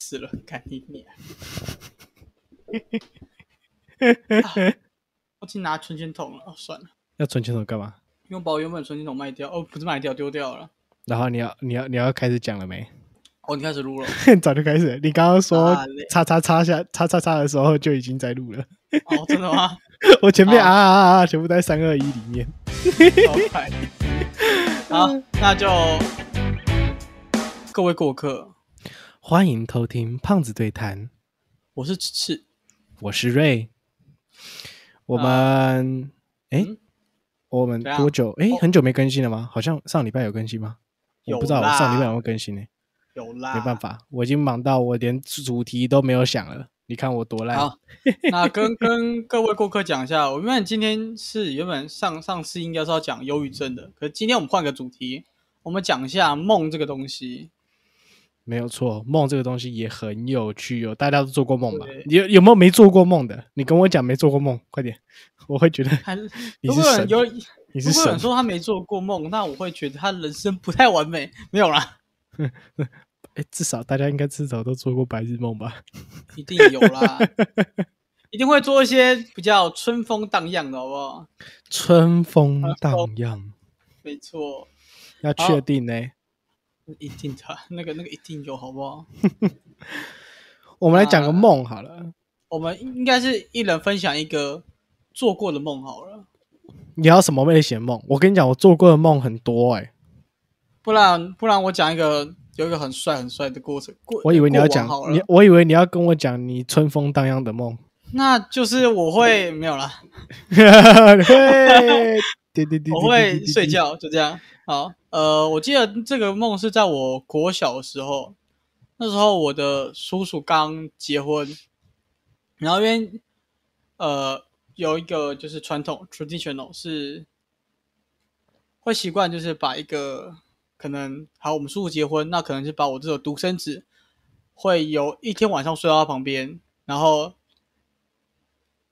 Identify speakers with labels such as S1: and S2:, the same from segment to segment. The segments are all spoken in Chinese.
S1: 死了， 干你娘！啊我竟拿存钱筒了，哦，算了，
S2: 要存钱筒干嘛？
S1: 因为我把我原本存钱筒卖掉，哦，不是卖掉，丢掉了。
S2: 然后你要你要你要开始讲了没？
S1: 哦，你开始录了，
S2: 早就开始了。你刚刚说
S1: 啊嘞
S2: 叉叉叉下叉叉叉的时候就已经在录了。
S1: 哦，真的吗？
S2: 我前面
S1: 好
S2: 啊啊啊啊，全部都在三二一里面。
S1: 好快。好，那就各位过客，
S2: 欢迎偷听胖子对谈，
S1: 我是赤赤，
S2: 我是瑞。我们哎、
S1: 嗯
S2: 我们
S1: 怎样
S2: 多久？哎、
S1: 哦
S2: 很久没更新了吗？好像上礼拜有更新吗？
S1: 有
S2: 我不知道我
S1: 啦
S2: 上礼拜有没有啊更新呢、
S1: 有啦，
S2: 没办。法，我已经忙到我连主题都没有想了。你看我多烂！
S1: 好，那跟跟各位过客讲一下，我原本今天是原本上上次应该是要讲忧郁症的，可是今天我们换个主题，我们讲一下梦这个东西。
S2: 没有错，梦这个东西也很有趣哦。大家都做过梦吧
S1: 对？
S2: 有有没有没做过梦的？你跟我讲没做过梦，快点，我会觉得
S1: 还
S2: 你
S1: 如
S2: 是
S1: 果有人
S2: 神，
S1: 有
S2: 你是
S1: 如果有人
S2: 神。
S1: 说他没做过梦，那我会觉得他人生不太完美。没有啦，
S2: 哎，至少大家应该至少都做过白日梦吧？
S1: 一定有 啦，一定会做一些比较春风荡漾的，好不好？
S2: 春风荡漾，
S1: 没错，
S2: 要确定呢、
S1: 一定的，那个那个一定有，好不好？
S2: 我们来讲个梦好了。
S1: 我们应该是一人分享一个做过的梦好了，
S2: 你要什么类型的梦？我跟你讲，我做过的梦很多哎、
S1: 不然不然我讲一个有一个很帅很帅的过程过，
S2: 我以为你要讲
S1: 过往好
S2: 你
S1: 了，，
S2: 我以为你要跟我讲你春风荡漾的梦。
S1: 那就是我会没有啦，
S2: 会，对对对，
S1: 我会睡。觉，就这样。好，呃，我记得这个梦是在我国小的时候，那时候我的叔叔刚结婚，然后因为呃有一个就是传统 traditional 是会习惯就是把一个可能好我们叔叔结婚，那可能是把我这种独生子会有一天晚上睡到他旁边，然后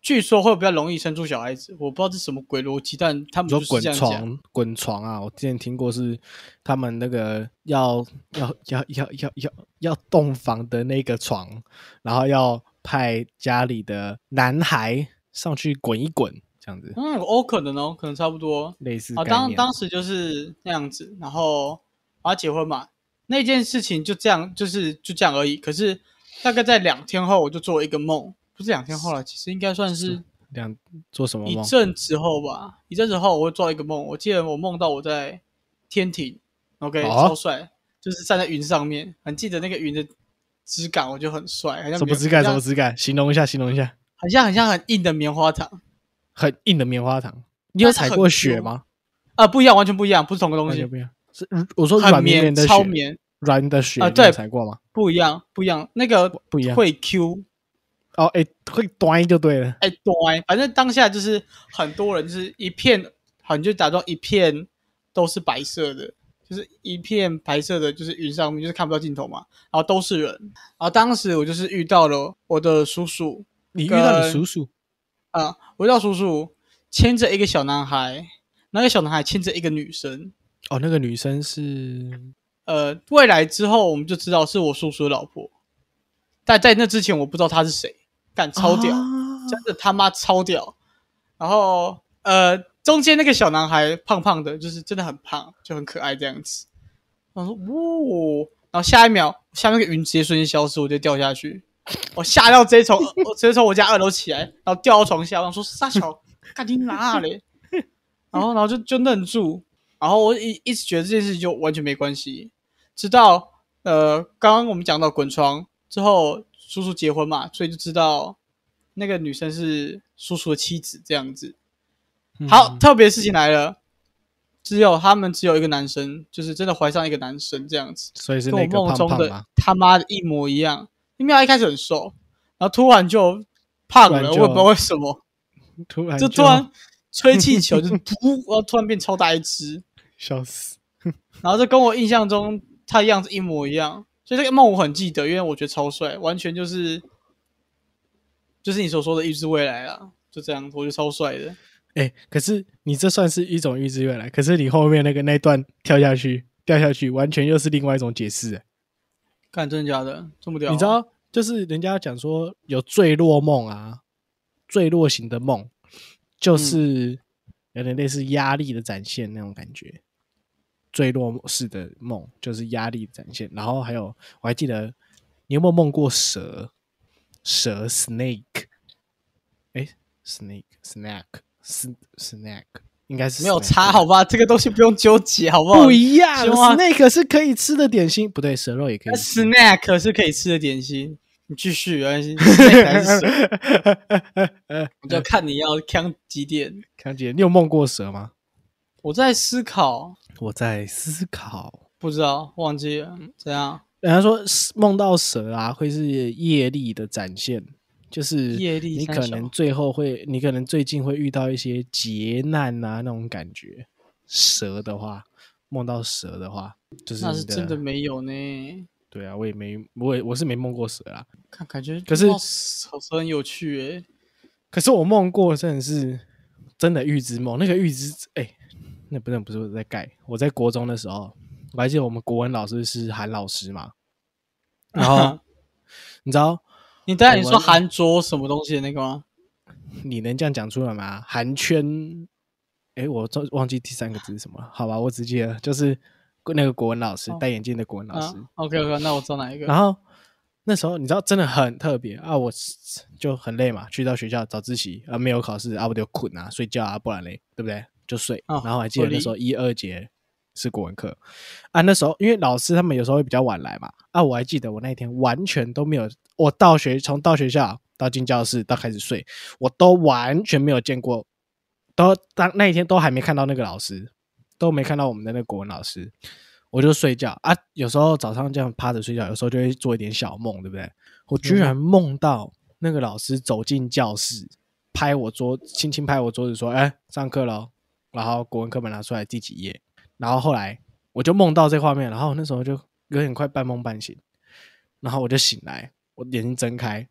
S1: 据说会比较容易生出小孩子，我不知道这是什么鬼逻辑，但他
S2: 你
S1: 们
S2: 说
S1: 就是
S2: 滚
S1: 这样讲。
S2: 床滚床啊！我之前听过是他们那个要要要要要要要洞房的那个床，然后要派家里的男孩上去滚一滚，这样子
S1: 嗯，我可能哦，可能差不多。
S2: 类似
S1: 啊，
S2: 概
S1: 当
S2: 念
S1: 当时就是那样子，然后然后结婚嘛，那件事情就这样，就是就这样而已。可是大概在两天后，我就做了一个梦，不是两天后了，其实应该算是
S2: 两做什么
S1: 一
S2: 梦？
S1: 阵子后吧，一阵子后我会做一个梦，我记得我梦到我在天庭，OK，、
S2: 哦
S1: 超帅，就是站在云上面，很记得那个云的质感，我觉得很帅，好像
S2: 什么
S1: 棉
S2: 质感？什
S1: 很
S2: 么
S1: 像
S2: 质感？形容一下，形容一下。
S1: 很像很像很硬的棉花糖
S2: 很硬的棉花糖，你有
S1: 但是
S2: 踩
S1: 很
S2: 过雪
S1: Q
S2: 吗？
S1: 啊，不一样，完全不一样，不是同个东
S2: 完全
S1: 西，
S2: 不一样。是我说软
S1: 很
S2: 绵绵
S1: 绵，
S2: 的
S1: 超
S2: 雪，
S1: 绵，
S2: 软的雪，
S1: 啊
S2: 你有
S1: 对
S2: 踩过吗？
S1: 不一样，不一样，那个
S2: 不一样。
S1: 会 Q，
S2: 哦，哎，会端就对了。
S1: 哎，对，反正当下就是很多人就是一片，好，你就假装一片都是白色的，就是一片白色的，就是云上面就是看不到尽头嘛，然后都是人，然后当时我就是遇到了我的叔叔
S2: 你遇到你
S1: 跟
S2: 叔叔，
S1: 啊、我遇到叔叔牵着一个小男孩，那个小男孩牵着一个女生，
S2: 哦，那个女生是
S1: 呃，未来之后我们就知道是我叔叔的老婆，但在那之前我不知道她是谁，干超屌。
S2: 啊
S1: 真的他妈超屌。然后呃，中间那个小男孩胖胖的，就是真的很胖，就很可爱这样子。然后说哇、然后下一秒下面那个云直接瞬间消失，我就掉下去，我吓到直接从 我直接从我家二楼起来，然后掉到床下，我想说傻小， 赶紧拿嘞。然后然后就就愣住，然后我一一直觉得这件事情就完全没关系，直到呃，刚刚我们讲到滚床之后，叔叔结婚嘛，所以就知道那个女生是叔叔的妻子这样子。好，
S2: 嗯
S1: 特别事情来了，只有他们只有一个男生，就是真的怀上一个男生这样子，
S2: 所以是
S1: 跟我
S2: 那个
S1: 梦
S2: 胖
S1: 中
S2: 胖
S1: 的
S2: 吗？
S1: 他妈的一模一样。因为他一开始很瘦，然后突然就胖
S2: 突
S1: 了，
S2: 然
S1: 我
S2: 就
S1: 也不知道为什么，
S2: 突然
S1: 就突然吹气球就是噗，然后突然变超大一只，
S2: 笑死，
S1: 然后这跟我印象中他的样子一模一样，所以这个梦我很记得，因为我觉得超帅，完全就是就是你所说的预知未来啊，就这样，我觉得超帅的。
S2: 哎、可是你这算是一种预知未来，可是你后面那个那一段跳下去，掉下去，完全又是另外一种解释、欸。
S1: 干真的假的？这么屌？啊
S2: 你知？道，就是人家讲说有坠落梦啊，坠落型的梦，
S1: 嗯
S2: 就是有点类似压力的展现那种感觉。坠落式的梦就是压力展现，然后还有我还记得，你有没有梦过蛇？蛇 snake？哎，snake snack s snack 应该是
S1: 没有
S2: snack
S1: 差
S2: 吧
S1: 好啊吧？这个东西不用纠结好不好？
S2: 不一样
S1: 青蛙
S2: ，snake 是可以吃的点心，不对，蛇肉也可以
S1: 那
S2: 吃。
S1: snack 是可以吃的点心。你继续，没关系。snack 还是什么我就看你要看几点。
S2: 康姐，你有梦过蛇吗？
S1: 我在思考，
S2: 我在思考。
S1: 不知道忘记了怎样。
S2: 人家呃说梦到蛇啊，会是业力的展现，就是
S1: 业力
S2: 你
S1: 三
S2: 可
S1: 小
S2: 能最后会，你可能最近会遇到一些劫难啊那种感觉。蛇的话，梦到蛇的话，就是
S1: 那
S2: 你
S1: 是真的没有呢。
S2: 对啊，我也没，我也我是没梦过蛇啊啦。
S1: 看感觉，
S2: 可是
S1: 哇好像很有趣诶、
S2: 可是我梦过，真的是真的预知梦。那个预知，哎、那不是不是我在盖。我在国中的时候，我还记得我们国文老师是韩老师嘛。然后你知道
S1: 你当然你
S2: 我
S1: 说
S2: 们
S1: 韩桌什么东西的那个吗？
S2: 你能这样讲出来吗？韩圈，哎、我忘忘记第三个字是什么了。好吧，我只记得就是那个国文老师，
S1: 哦
S2: 戴眼镜的国文老师。
S1: 啊，OK OK，那我知道哪一个。
S2: 然后那时候你知道真的很特别啊，我是就很累嘛，去到学校早自习啊，没有考试啊，我就困啊，睡觉啊，不然嘞，对不对？就睡。
S1: 哦
S2: 然后还记得
S1: 合理
S2: 那时候一二节是国文课啊，那时候因为老师他们有时候会比较晚来嘛，啊，我还记得我那一天完全都没有，我到学从到学校到进教室到开始睡，我都完全没有见过，都当那一天都还没看到那个老师，都没看到我们的那个国文老师，我就睡觉啊。有时候早上这样趴着睡觉，有时候就会做一点小梦，对不对？我居然梦到那个老师走进教室，拍我桌，轻轻拍我桌子说：“哎，上课喽。”然后国文课本拿出来第几页，然后后来我就梦到这画面，然后那时候就有点快半梦半醒，然后我就醒来，我眼睛睁开，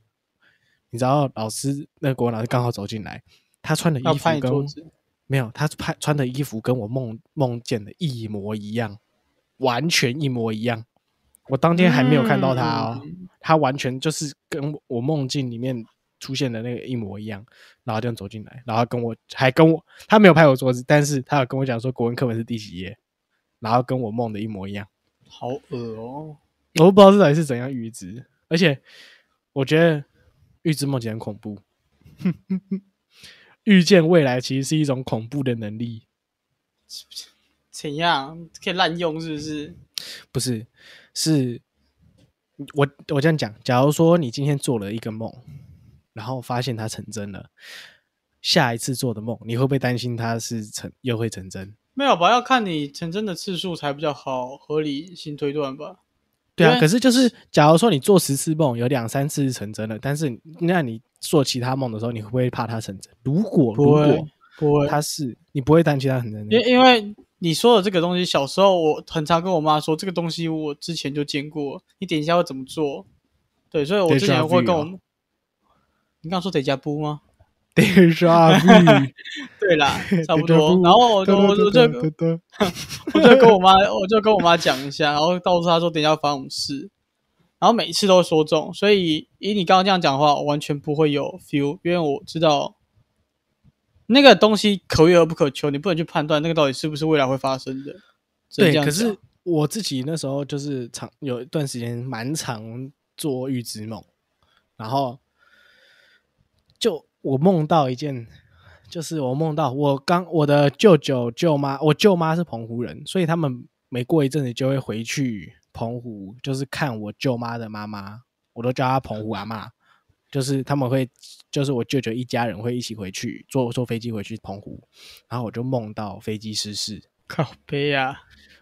S2: 你知道老师那个国文老师刚好走进来，他穿的衣
S1: 要
S2: 服
S1: 拍你
S2: 跟
S1: 桌子，
S2: 没有，他拍穿的衣服跟我梦梦见的一模一样，完全一模一样。我当天还没有看到他哦，
S1: 嗯
S2: 他完全就是跟我梦境里面出现的那个一模一样，然后这样走进来，然后跟我还跟我他没有拍我桌子，但是他有跟我讲说国文课本是第几页，然后跟我梦的一模一样。
S1: 好恶哦、
S2: 我都不知道这到底是怎样预知，而且我觉得预知梦境很恐怖，预见未来其实是一种恐怖的能力。
S1: 怎样可以滥用是不是？
S2: 不是，是我我这样讲，假如说你今天做了一个梦，然后发现它成真了，下一次做的梦，你会不会担心它是成又会成真？
S1: 没有吧？要看你成真的次数才比较好合理性推断吧。
S2: 对啊，
S1: 对
S2: 可是就是假如说你做十次梦，有两三次是成真的，但是那你做其他梦的时候，你会不会怕它成真？如果如
S1: 不会
S2: 果，
S1: 不会，
S2: 它是，你不会担心它成真的
S1: 因因为你说的这个东西，小时候我很常跟我妈说，这个东西我之前就见过，你等一下要怎么做？对，所以我之前会跟我
S2: Deja vu
S1: 妈，你刚刚说得加布吗？
S2: ，deja vu，
S1: 对啦，差不
S2: Deja
S1: 多
S2: vu。
S1: 然 后我我我我就
S2: 哒哒哒哒哒
S1: 我就跟我妈，我就跟我妈讲一下，然后告诉她说等一下要发生什么事，然后每一次都会说中，所以以你刚刚这样讲的话，我完全不会有 feel，因为我知道那个东西可遇而不可求，你不能去判断那个到底是不是未来会发生的。只能这
S2: 对，
S1: 样
S2: 可
S1: 讲
S2: 是我自己那时候就是长有一段时间蛮常做预知梦，然后就我梦到一件，就是我梦到我刚我的舅舅舅妈，我舅妈是澎湖人，所以他们每过一阵子就会回去澎湖，就是看我舅妈的妈妈，我都叫她澎湖阿嬷，就是他们会，就是我舅舅一家人会一起回去坐坐飞机回去澎湖，然后我就梦到飞机失事。
S1: 靠背啊，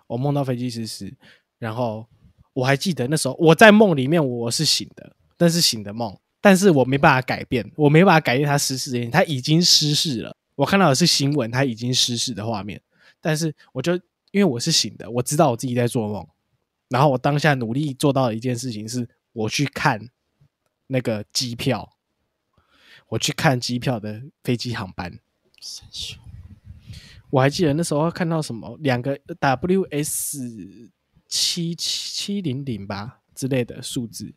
S2: 我梦到飞机失事，然后我还记得那时候我在梦里面我是醒的，但是醒的梦，但是我没办法改变，我没办法改变它失事的原因，它已经失事了。我看到的是新闻，它已经失事的画面，但是我就因为我是醒的，我知道我自己在做梦，然后我当下努力做到的一件事情是，我去看那个机票，我去看机票的飞机航班。
S1: 神秀
S2: 我还记得那时候看到什么两个 WS 七七零零吧，之类的数字，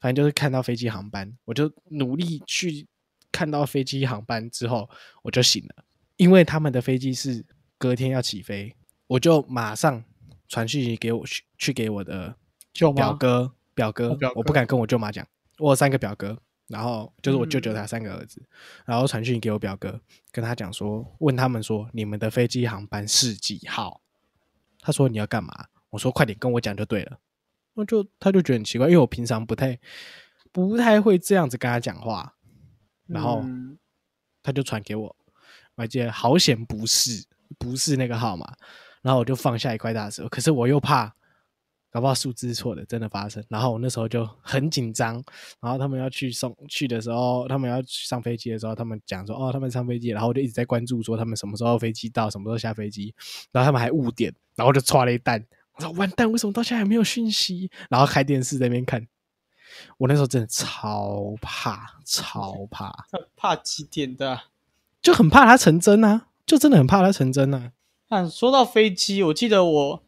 S2: 反正就是看到飞机航班，我就努力去看到飞机航班之后，我就醒了，因为他们的飞机是隔天要起飞，我就马上传讯息给我去去给我的
S1: 舅
S2: 表
S1: 妈，
S2: 哥，表哥，
S1: 哦表
S2: 我
S1: 哥
S2: 不敢跟我舅妈讲，我有三个表哥，然后就是我舅
S1: 嗯
S2: 舅他三个儿子，然后传讯给我表哥，跟他讲说，问他们说你们的飞机航班是几号？他说你要干嘛？我说快点跟我讲就对了。我就他就觉得很奇怪，因为我平常不太不太会这样子跟他讲话，然后
S1: 嗯
S2: 他就传给我，我还记得好险不是不是那个号码，然后我就放下一块大石头，可是我又怕，搞不好数字是错的真的发生，然后我那时候就很紧张，然后他们要去送去的时候，他们要去上飞机的时候，他们讲说哦他们上飞机了，然后我就一直在关注说他们什么时候飞机到，什么时候下飞机，然后他们还误点，然后就抓了一蛋，我说完蛋，为什么到现在还没有讯息？然后开电视在那边看。我那时候真的超怕，超怕。
S1: 他怕几点的啊？
S2: 就很怕它成真啊，就真的很怕它成真啊。
S1: 啊，说到飞机，我记得我，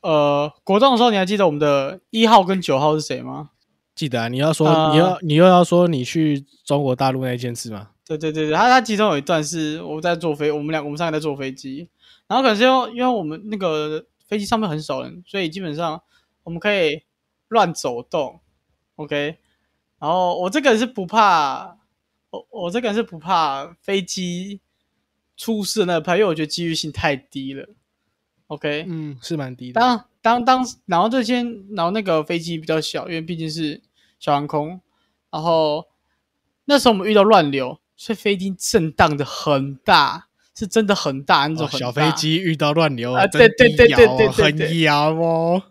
S1: 呃，国中的时候，你还记得我们的一号跟九号是谁吗？
S2: 记得啊，你要说、
S1: 啊
S2: 你要你又要说你去中国大陆那件事吗？
S1: 对对对对，他他其中有一段是我在坐飞，我们两我们三个在坐飞机，然后可能是因为因为我们那个飞机上面很少人，所以基本上我们可以乱走动，OK。然后我这个人是不怕，我我这个人是不怕飞机出事的那个怕，因为我觉得机遇性太低了，OK。
S2: 嗯，是蛮低的。
S1: 当当当，然后这些，然后那个飞机比较小，因为毕竟是小航空。然后那时候我们遇到乱流，所以飞机震荡的很大，是真的很大那种
S2: 哦、
S1: 很大、
S2: 小飞机遇到乱流，
S1: 啊
S2: 真的
S1: 对对对
S2: 摇哦
S1: 对对对对
S2: 很摇哦。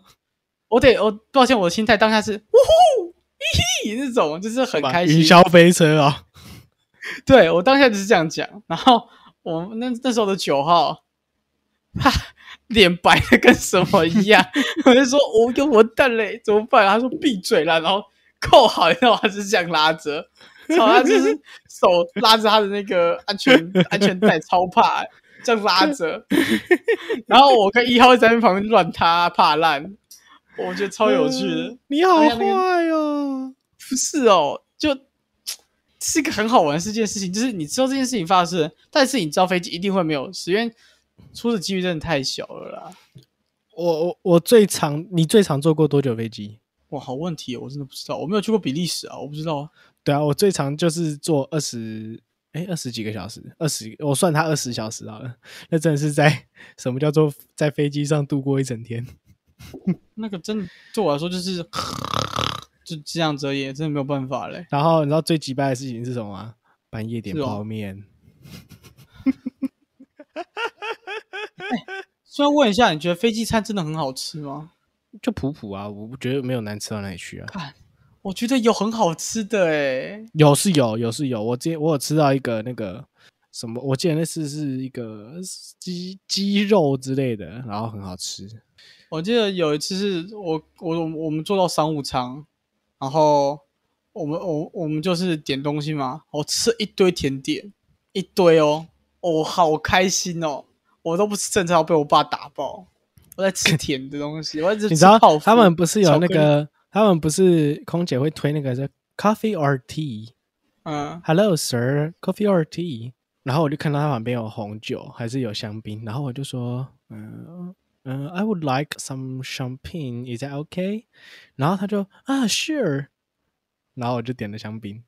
S1: 我得我抱歉，我的心态当下是呜呼咦嘿那种，就是很
S2: 吧
S1: 开心
S2: 云。霄飞车哦，
S1: 对我当下就是这样讲。然后我们那那时候的九号，他脸白的跟什么一样，我就说我就完蛋嘞，怎么办？他说闭嘴啦，然后扣好，然后他是这样拉着，然后他就是手拉着他的那个安全安全带，超怕、这样拉着。然后我跟一号在旁边乱他怕烂，我觉得超有趣的。
S2: 嗯你好
S1: 哎呀那个
S2: 坏哦，
S1: 不是哦，就是一个很好玩的这件事情，就是你知道这件事情发生，但是你知道飞机一定会没有事，因为出的几率真的太小了啦。
S2: 我我我最长你最长坐过多久飞机？
S1: 哇，好问题、哦，我真的不知道，我没有去过比利时啊，我不知道啊。
S2: 对啊，我最长就是坐二十，哎，二十几个小时，二十，我算它二十小时好了。那真的是在什么叫做在飞机上度过一整天？
S1: 那个真的对我来说就是 就这样子而已，真的没有办法嘞。
S2: 然后你知道最鸡掰的事情是什么吗？半夜点
S1: 是哦
S2: 泡面，
S1: 所以问一下，你觉得飞机餐真的很好吃吗？
S2: 就普普啊，我不觉得没有难吃到哪里去啊。
S1: 我觉得有很好吃的欸诶、
S2: 有是有，有是有。我之前我有吃到一个那个什么，我记得那次是一个鸡鸡肉之类的，然后很好吃。
S1: 我记得有一次是我我我我们坐到商务舱，然后我们我我们就是点东西嘛，我吃一堆甜点，一堆哦，我、好开心哦，我都不吃正餐，我被我爸打爆，我在 吃甜的东西，我一直吃
S2: 你知道
S1: 泡芙
S2: 他们不是有那
S1: 巧克
S2: 个，他们不是空姐会推那个叫 coffee or tea，hello
S1: 嗯
S2: sir，coffee or tea。然后我就看到他旁边有红酒，还是有香槟，然后我就说，嗯、嗯、i would like some champagne，is that okay？然后他就啊，sure。然后我就点了香槟，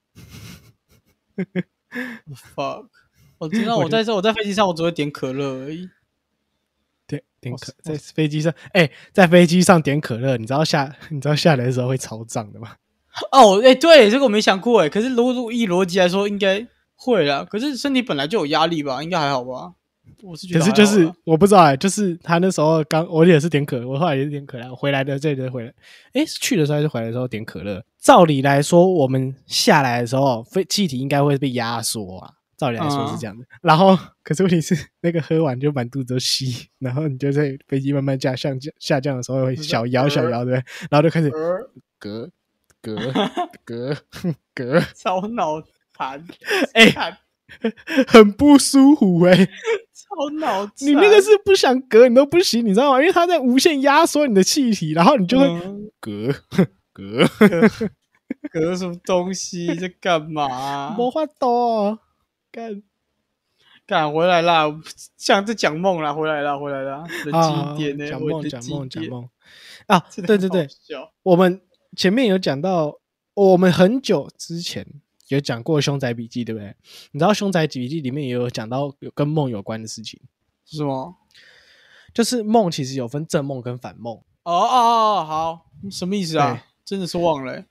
S1: fuck，我知道
S2: 我
S1: 我在这我在飞机上我只会点可乐而已，
S2: 对，点可
S1: 我
S2: 在飞机上，哎、在飞机上点可乐，你知道下你知道下来的时候会超胀的吗？
S1: 哦，哎、对，这个我没想过哎，可是如果以逻辑来说应该会啦，可是身体本来就有压力吧，应该还好吧。我是觉
S2: 可
S1: 得
S2: 是
S1: 还
S2: 就
S1: 好
S2: 是
S1: 啦
S2: 我不知道哎、就是他那时候刚我也是点可，我后来也是点可乐，我回来的这里回来，哎、是去的时候还是回来的时候点可乐？照理来说，我们下来的时候，飞气体应该会被压缩啊，照理来说是这样的。然后，可是问题是那个喝完就满肚子都吸，然后你就在飞机慢慢下降下降的时候会小摇小摇，对不对？然后就开始
S1: 呃
S2: 咯咯咯 咯，
S1: 超脑残，
S2: 哎
S1: 看
S2: 很不舒服哎、
S1: 超脑残。
S2: 你那个是不想隔你都不行，你知道吗？因为它在无限压缩你的气体，然后你就会
S1: 嗯
S2: 隔隔，
S1: 隔什么东西？在干 嘛？
S2: 没法多啊干
S1: 赶回来啦！像在讲梦啦，回来啦，回来啦！冷静一点呢、
S2: 啊讲
S1: 我
S2: 梦
S1: 冷
S2: 啊讲
S1: 静一
S2: 梦讲
S1: 点，
S2: 梦啊！
S1: 真的
S2: 对
S1: 很
S2: 对对
S1: 好，笑，
S2: 我们前面有讲到，我们很久之前有讲过《凶宅笔记》，对不对？你知道《凶宅笔记》里面也有讲到有跟梦有关的事情，
S1: 是什么？
S2: 就是梦其实有分正梦跟反梦。
S1: 哦哦哦，好，什么意思
S2: 对
S1: 啊？真的是忘了欸、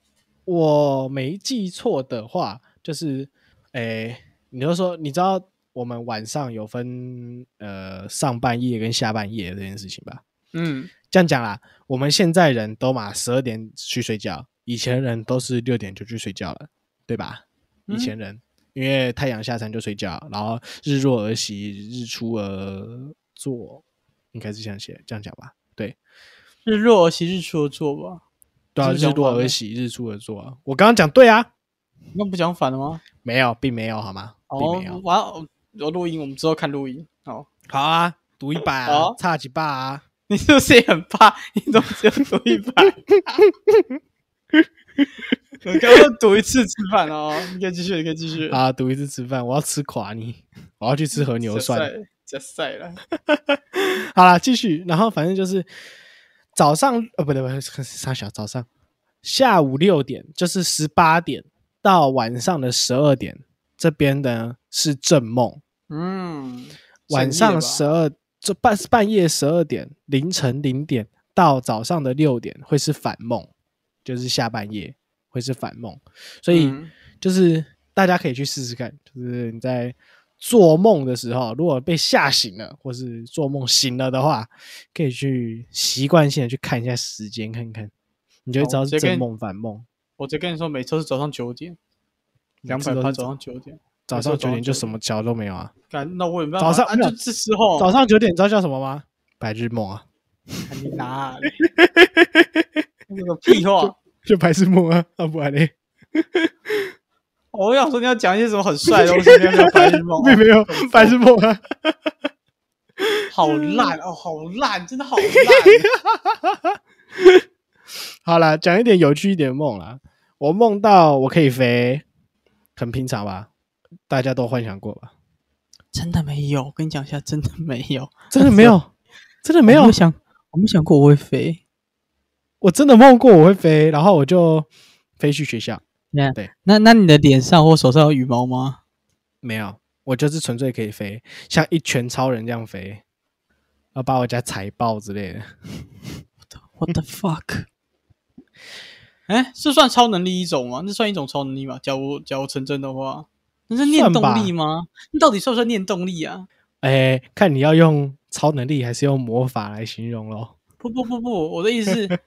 S2: 我没记错的话，就是，诶、你就说，你知道我们晚上有分呃上半夜跟下半夜这件事情吧？
S1: 嗯，
S2: 这样讲啦，我们现在人都嘛十二点去睡觉，以前人都是六点就去睡觉了，对吧？以
S1: 嗯
S2: 前人、因为太阳下山就睡觉，然后日落而息，日出而作，应该是这样写，这样讲吧？对，
S1: 日落而息，日出而作吧？
S2: 对啊，
S1: 这个
S2: 日
S1: 讲
S2: 落
S1: 反
S2: 而
S1: 了
S2: 息，日出而作啊。我刚刚讲对啊，
S1: 那不讲反了吗？
S2: 没有，并没有，好吗？并
S1: 哦
S2: 没有，。
S1: 完了，有录音，我们之后看录音。好，
S2: 好啊，赌一把、啊
S1: 好，
S2: 差几把啊？
S1: 你是不是也很怕？你怎么只有赌一把？我刚刚赌一次吃饭哦，你可以继续，你可以继续。
S2: 啊，赌一次吃饭，我要吃垮你， 我要去吃和牛
S1: 赛
S2: 涮。
S1: 加赛了，
S2: 好啦，继续。然后反正就是早上，呃，不对不对，啥小早上，下午六点就是十八点到晚上的十二点，这边呢是正梦，
S1: 嗯，
S2: 晚上十
S1: 深夜吧
S2: 二这半半夜十二点、凌晨零点到早上的六点会是反梦，就是下半夜会是反梦，所以
S1: 嗯
S2: 就是大家可以去试试看，就是你在做梦的时候，如果被吓醒了，或是做梦醒了的话，可以去习惯性的去看一下时间，看看你就会知道
S1: 好
S2: 是
S1: 这个
S2: 正梦反梦。
S1: 我只跟你说，每次都是早上九点，两
S2: 每次
S1: 百
S2: 都是
S1: 趴早上九点。
S2: 早
S1: 每
S2: 上
S1: 次都
S2: 九
S1: 早
S2: 点
S1: 上
S2: 就
S1: 九
S2: 什么桥都没有啊！
S1: 干，那我也没办
S2: 早
S1: 法。
S2: 上
S1: 啊、就这时候，
S2: 早上九点你知道叫什么吗？白日梦啊，
S1: 看你哪里？那个屁话！
S2: 就白日梦啊，啊不然嘞。
S1: 哦我想说你要讲一些什么很帅的东西，你要讲白日 梦，哦
S2: 并没有白日梦啊。
S1: 好烂哦，好烂，哦真的好烂。
S2: 好啦，讲一点有趣一点的梦啦。我梦到我可以飞，很平常吧？大家都幻想过吧？
S1: 真的没有，我跟你讲一下，真的没有，
S2: 真的 没有，真 的没有
S1: 我，想，我没想过我会飞。
S2: 我真的梦过我会飞，然后我就飞去学校。
S1: 那
S2: 对
S1: 那那你的脸上或手上有羽毛吗？
S2: 没有，我就是纯粹可以飞，像一拳超人这样飞，要把我家踩爆之类的。
S1: What the fuck？哎，这算超能力一种吗？那算一种超能力吗？假如假如成真的话，那是念动力吗？那到底算不算念动力啊？
S2: 哎，看你要用超能力还是用魔法来形容咯。
S1: 不不不不，我的意思 是，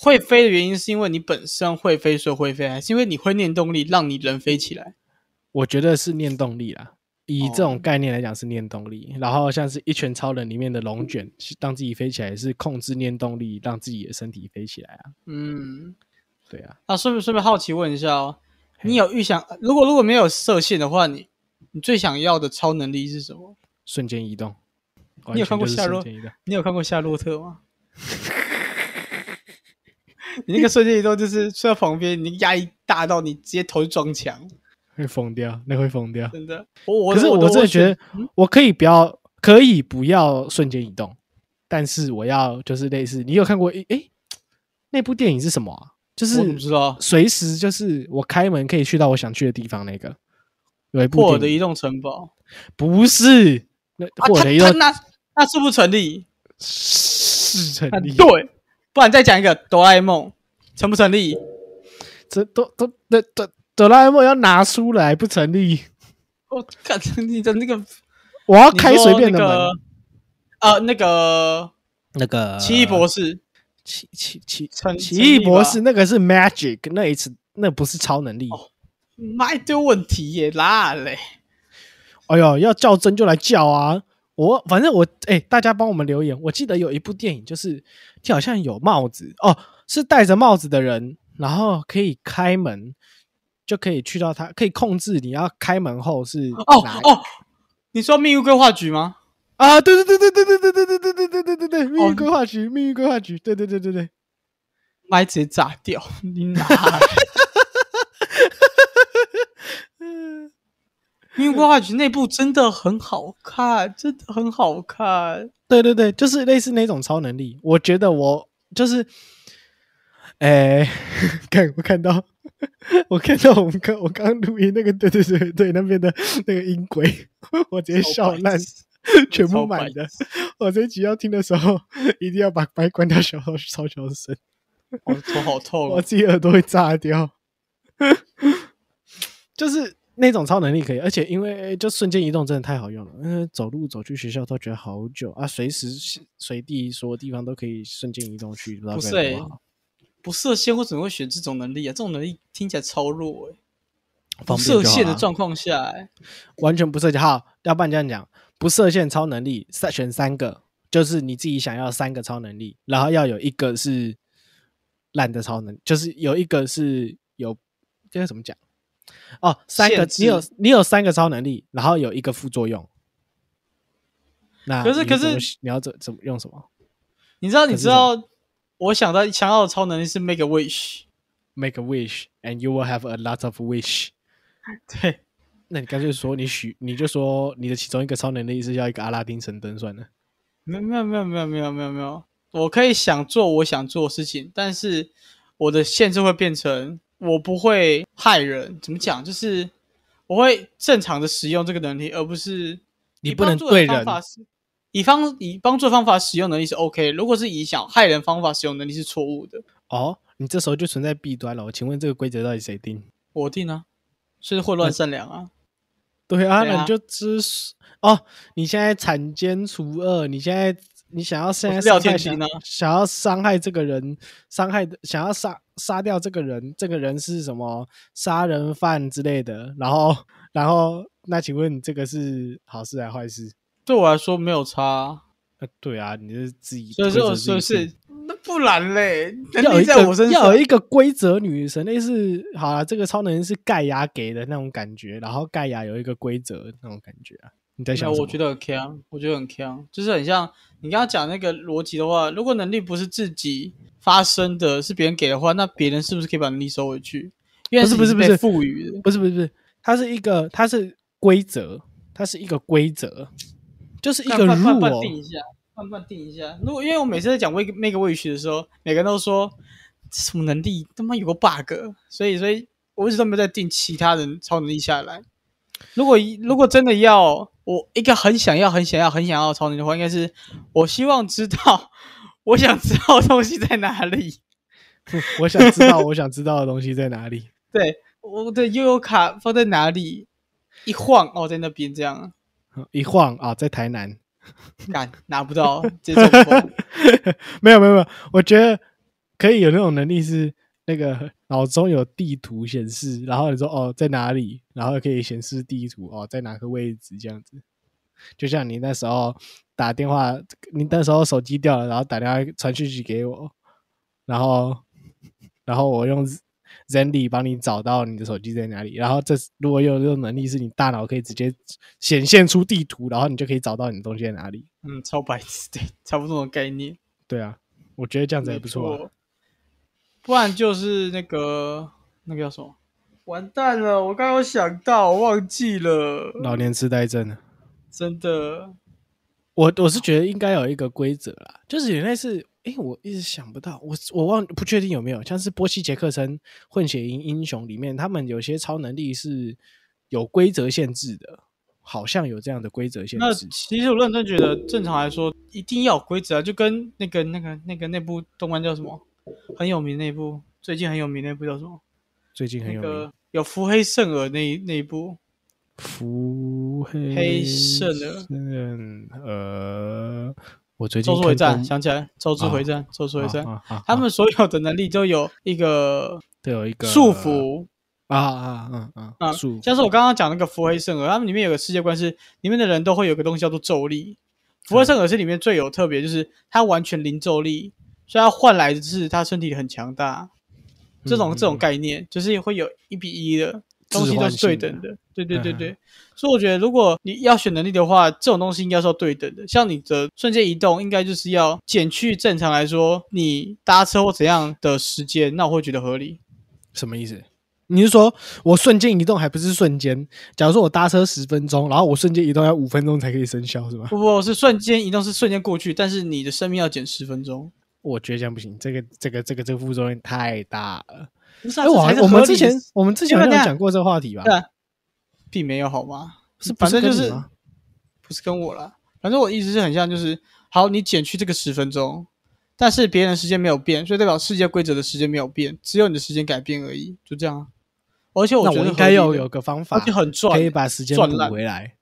S1: 会飞的原因是因为你本身会飞，所以会飞，还是因为你会念动力，让你人飞起来？
S2: 我觉得是念动力啦，以
S1: 哦
S2: 这种概念来讲是念动力。然后像是一拳超人里面的龙卷，是让自己飞起来是控制念动力，让自己的身体飞起来啊。
S1: 嗯，
S2: 对啊，
S1: 啊，顺便顺便好奇问一下哦，
S2: 嘿
S1: 你有预想，如果如果没有射线的话，你你最想要的超能力是什么？
S2: 瞬间移动。
S1: 你有看过
S2: 完全就是
S1: 夏洛
S2: 瞬间移动？
S1: 你有看过夏洛特吗？ 你那个瞬间移动就是睡在旁边，你压力大到你直接头就撞墙，
S2: 会疯掉，那会疯掉。
S1: 真的。我我
S2: 可是
S1: 我
S2: 我真的觉
S1: 选嗯
S2: 得我可以不要，可以不要瞬间移动，但是我要就是类似，你有看过诶、诶那部电影是什么啊？就
S1: 我怎么
S2: 是
S1: 知道？
S2: 随时就是我开门可以去到我想去的地方那个。有一部
S1: 霍尔
S2: 电
S1: 的
S2: 影
S1: 移动城堡，
S2: 不是，那
S1: 啊
S2: 霍尔
S1: 他
S2: 的移动
S1: 他那那是不成立，
S2: 是成
S1: 啊
S2: 立，
S1: 对，不然再讲一个哆啦 A 梦，成不成立？
S2: 这都都那哆哆啦 A 梦要拿出来不成立，哦
S1: 我 看你的那个
S2: 我要
S1: 你
S2: 开
S1: 说
S2: 随便的
S1: 那个
S2: 门。
S1: 呃，那个
S2: 那个
S1: 奇异博士，
S2: 奇奇奇
S1: 陈
S2: 奇异博，
S1: 陈
S2: 士那个是 magic，那一次那不是超能力。
S1: 哦立吧妈一堆问题耶，啦嘞，
S2: 哎呦，要较真就来较啊！我反正我哎、大家帮我们留言。我记得有一部电影，就是你好像有帽子哦，是戴着帽子的人，然后可以开门，就可以去到他，可以控制你要开门后是
S1: 哦
S2: 哪
S1: 哦，你说命运规划局吗？
S2: 啊，对对对对对对对对对对对对对对，命
S1: 哦
S2: 运规划局，命运规划局，对对对对对，
S1: 麦直接炸掉， 你哪？
S2: 嗯，
S1: 因为规划局内部真的很好看，真的很好看。
S2: 对对对，就是类似那种超能力，我觉得我就是，哎、 看我看到 我看到我们刚我刚录音那个，对对对对，那边的那个音轨， 我直接哎笑烂，全部满的。我这一集要听的时候， 一定要把麦关掉小超小声，
S1: 我头好痛
S2: 我
S1: 哦。
S2: 自己耳朵会炸掉。 就是那种超能力可以，而且因为就瞬间移动真的太好用了，嗯、走路走去学校都觉得好久啊，随时随地所有地方都可以瞬间移动去，不知道
S1: 不是
S2: 该多
S1: 欸
S2: 好。
S1: 不射线为什么会选这种能力啊？这种能力听起来超弱哎、
S2: 方
S1: 不
S2: 便
S1: 射
S2: 就好
S1: 线的
S2: 啊
S1: 状况下、欸，
S2: 完全不设限。好，要不然这样讲，不设限超能力三选三个，就是你自己想要三个超能力，然后要有一个是烂的超能，就是有一个是有这个怎么讲？哦，三个
S1: 限制
S2: 你有你有三个超能力，然后有一个副作用。那
S1: 可是
S2: 你
S1: 可
S2: 怎么
S1: 是
S2: 选你要怎怎么用什么
S1: 你知道？
S2: 可
S1: 你
S2: 是
S1: 知道？我想到想要的超能力是 make a wish。
S2: ？Make a wish and you will have a lot of wish。
S1: 对，
S2: 那你干脆说你许你就说你的其中一个超能力是要一个阿拉丁神灯算了。
S1: 没有没有没有没有没有没有没有，我可以想做我想做的事情，但是我的限制会变成我不会害人。怎么讲？就是我会正常的使用这个能力，而不是
S2: 你
S1: 以
S2: 不能
S1: 帮助
S2: 对
S1: 的方
S2: 人
S1: 法是以方以帮助的方法使用能力是 OK，如果是以想害人方法使用能力是错误的。
S2: 哦，你这时候就存在弊端了。我请问这个规则到底谁定？
S1: 我定啊，是混乱善良啊。
S2: 对啊，
S1: 对啊
S2: 那你就知哦，你现在铲奸除恶，你现在你想要现在
S1: 我是廖
S2: 伤害
S1: 天庭
S2: 想
S1: 啊
S2: 想要伤害这个人，伤害的想要杀杀掉这个人，这个人是什么杀人犯之类的，然后然后那请问你这个是好事还是坏事？
S1: 对我来说没有差啊，
S2: 呃，对啊，你是自己
S1: 所以
S2: 推责
S1: 说
S2: 自己
S1: 所以
S2: 定
S1: 是那不然嘞，
S2: 要有
S1: 能
S2: 一
S1: 力在
S2: 个
S1: 我身
S2: 要
S1: 上
S2: 有一个规则女神，类似好了，这个超能力是盖亚给的那种感觉，然后盖亚有一个规则那种感觉啊。你在
S1: 没
S2: 想
S1: 有，
S2: 什么？
S1: 我觉得很强，我觉得很强，就是很像你刚刚讲那个逻辑的话，如果能力不是自己发生的，是别人给的话，那别人是不是可以把能力收回去？因为
S2: 不是不是
S1: 是
S2: 不
S1: 被
S2: 是
S1: 赋予的，
S2: 不是不是不是，它是一个它是规则，它是一个规则， 就是一个
S1: 慢慢慢
S2: rule
S1: 定一下，慢慢定一下。如果因为我每次在讲 make make wish 的时候，每个人都说这什么能力他妈有个 bug，所以所以我一直都没有在定其他人超能力下来。如果一如果真的要我一个很想要、很想要、很想要的超能力的话，应该是我希望知道我想知道的东西在哪里。
S2: 哦。我想知道我想知道的东西在哪里。
S1: 对，我的悠悠卡放在哪里？一晃哦，在那边这样，
S2: 一晃啊，在台南
S1: 干拿不到，直接中 风。
S2: 没有没有没有，我觉得可以有那种能力是那个脑中有地图显示，然后你说哦在哪里，然后可以显示地图哦在哪个位置这样子。就像你那时候打电话，你那时候手机掉了，然后打电话传讯息给我，然后然后我用 Zenly 帮你找到你的手机在哪里。然后这如果有这种能力，是你大脑可以直接显现出地图，然后你就可以找到你的东西在哪里。
S1: 嗯，超白痴，对，差不多这种概念。
S2: 对啊，我觉得这样子也不错、啊。
S1: 没错不然就是那个那个叫什么？完蛋了，我刚刚有想到，我忘记了。
S2: 老年痴呆症啊，
S1: 真的，
S2: 我我是觉得应该有一个规则啦，就是原来是，诶，我一直想不到，我我忘不确定有没有，像是波西杰克森混血营英雄里面，他们有些超能力是有规则限制的，好像有这样的规则限
S1: 那
S2: 制。
S1: 其实我认真觉得，正常来说一定要有规则啊，就跟那个那个那个那部动漫叫什么，很有名那部，最近很有名那部叫什么？
S2: 最近很
S1: 那
S2: 有名
S1: 个，有伏黑圣尔那一那一部，
S2: 福黑
S1: 黑圣的
S2: 圣呃，我最
S1: 《
S2: 近
S1: 咒术回战
S2: 看》动
S1: 想起来，《咒术回战》咒术回战》
S2: 啊啊啊
S1: 他们所有的能力都有一个
S2: 都有一个
S1: 束缚，
S2: 啊啊啊啊
S1: 啊
S2: 束，
S1: 像是我刚刚讲那个福黑圣尔，他们里面有个世界观是，里面的人都会有个东西叫做咒力。福黑圣尔是里面最有特别，就是他完全零咒力，所以他换来的是他身体很强大。这种这种概念就是会有一比一的，东西都是对等的。对对对对，所以我觉得如果你要选能力的话，这种东西应该是要对等的。像你的瞬间移动，应该就是要减去正常来说你搭车或怎样的时间，那我会觉得合理。
S2: 什么意思？你是说我瞬间移动还不是瞬间？假如说我搭车十分钟，然后我瞬间移动要五分钟才可以生效，是吗？
S1: 不不，是瞬间移动是瞬间过去，但是你的生命要减十分钟。
S2: 我觉得这样不行，这个这个这个这个副作用太大了。
S1: 不是、啊，
S2: 哎，我
S1: 这才
S2: 好
S1: 是
S2: 像我
S1: 合
S2: 们
S1: 理
S2: 之前我们之前
S1: 对啊
S2: 好像
S1: 对啊
S2: 有讲过这个话题吧？
S1: 对啊并没有好吗？
S2: 是
S1: 反正
S2: 不跟
S1: 就
S2: 你
S1: 是
S2: 吗
S1: 不是跟我啦，反正我的意思是很像，就是好，你减去这个十分钟，但是别人的时间没有变，所以代表世界规则的时间没有变，只有你的时间改变而已，就这样啊。而且
S2: 那
S1: 觉
S2: 我
S1: 得
S2: 应该要
S1: 合理的
S2: 有，个方
S1: 而
S2: 法
S1: 且很赚
S2: 可，以把时间
S1: 赚
S2: 补
S1: 烂
S2: 回来。